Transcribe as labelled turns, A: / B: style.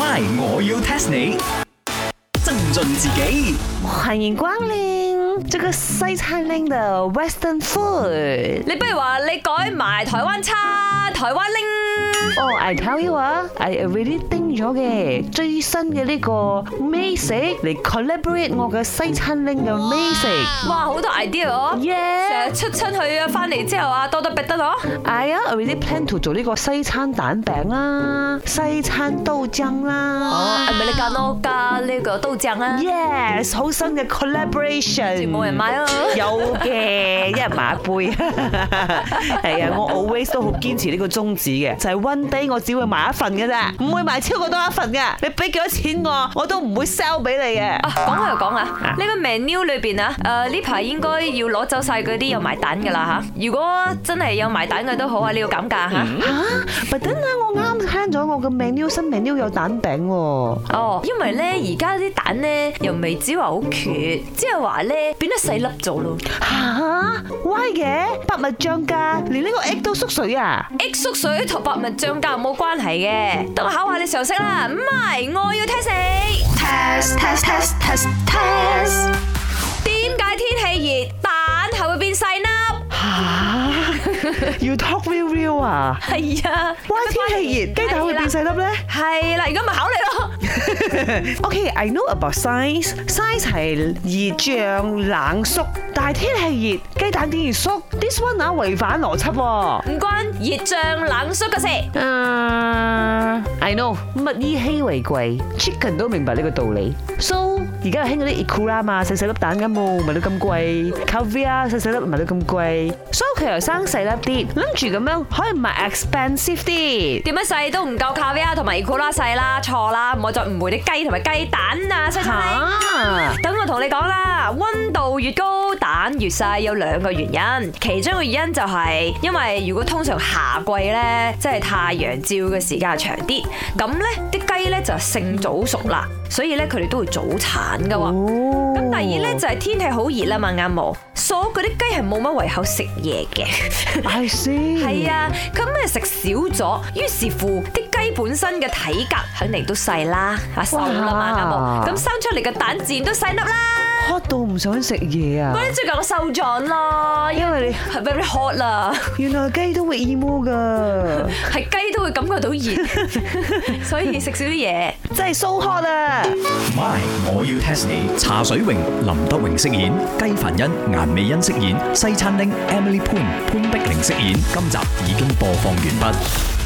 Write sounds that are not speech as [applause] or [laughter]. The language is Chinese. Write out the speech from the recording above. A: My，我要 test 你。增进自己
B: 欢迎光临这个西餐厅的 Western food。
C: 你不如話你改埋台灣餐、台灣拎，
B: 哦、i tell you 啊，I already 叮咗嘅 eh. 最新嘅呢個美食嚟 collaborate 我嘅西餐廳嘅美食。
C: 哇好多 idea 哦！成日
B: Yeah，
C: 出親去啊，翻嚟之後啊，多得逼得咯。
B: I 啊 already plan to 做呢個西餐蛋餅啦，西餐豆漿
C: 哦，係
B: 啦。
C: 咪你揀咯？加呢個刀醬啊，
B: Yes，好新嘅
C: 住
B: collaboration。
C: 冇人買啊。
B: 有嘅，一人 [laughs] 買一杯。係啊，我 always 都好堅持呢個宗旨嘅，就係 one day 我只會買一份嘅啫，唔會買超過多一份嘅。你俾幾多錢我，我都唔會 sell 俾你嘅。
C: 啊，講開又講啦，呢個 menu 裏邊啊，誒呢排應該要攞走晒嗰啲有埋蛋噶啦嚇。如果真係有埋蛋嘅都好啊，你要減價嚇。
B: 嚇，咪等等，我啱聽咗我嘅 menu 新 menu 有蛋餅喎。
C: 哦，因為咧而家啲蛋咧又未至於話好缺，即係話咧變得細粒咗咯。
B: 嚇，why 嘅？百物漲價，連呢個 egg 都縮水啊！
C: 益縮水同白物漲價冇關係嘅，等我考下你常識啦。唔係，我要 test 你。
D: test test test test test
C: 點解天氣熱蛋係會變細粒？
B: 嚇，要 talk real real 啊
C: 係啊
B: ！why 天氣熱，雞蛋會變細粒咧？
C: 係啦，而家咪考你咯。
B: [laughs] OK，I、know about size。size 係熱脹冷縮，但係天氣熱，雞蛋竟然縮。This one 啊違反邏輯喎。
C: 唔關熱脹冷縮嘅事。
B: 誒、i know 物以稀為貴，chicken 都明白呢個道理。So 而家又興嗰啲 ikura 嘛，細細粒蛋㗎冇，咪到咁貴。caviar 細細粒咪到咁貴。So 佢又生細粒啲，諗住咁樣可以賣 expensive 啲。
C: 點樣細都唔夠卡維亞同埋 e q u 啦細啦，錯啦，唔好再誤會啲雞同埋雞蛋啊，西餐。
B: 嚇
C: 等我同你講啦，温度越高，蛋越細，有兩個原因。其中嘅原因就係因為如果通常夏季咧，即係太陽照嘅時間係長啲，咁咧啲雞咧就性早熟啦，所以咧佢哋都會早產㗎喎。
B: 哦
C: 咁第二咧就係天氣好熱啦嘛，啱冇，所以嗰啲雞係冇乜胃口食嘢嘅。
B: I see。
C: 係啊，咁咪食少咗，於是乎啲雞本身嘅體格肯定都細啦，啊瘦啦嘛，
B: 哇
C: 啱冇？咁生出嚟嘅蛋自然都細粒啦。
B: hot 到唔想食嘢啊
C: 嗰！啲最近我瘦咗啦，因
B: 因為
C: 係 very hot 啦，
B: 你原來雞都會 emo 噶，
C: 係雞都會感覺到熱，所以食少啲嘢。
B: 真係 so hot 啊！
A: ，My，我要 test 你。茶水榮、林德榮飾演，雞凡欣、顏美欣飾演，西餐廳 Emily Poon 潘碧玲飾演。今集已經播放完畢。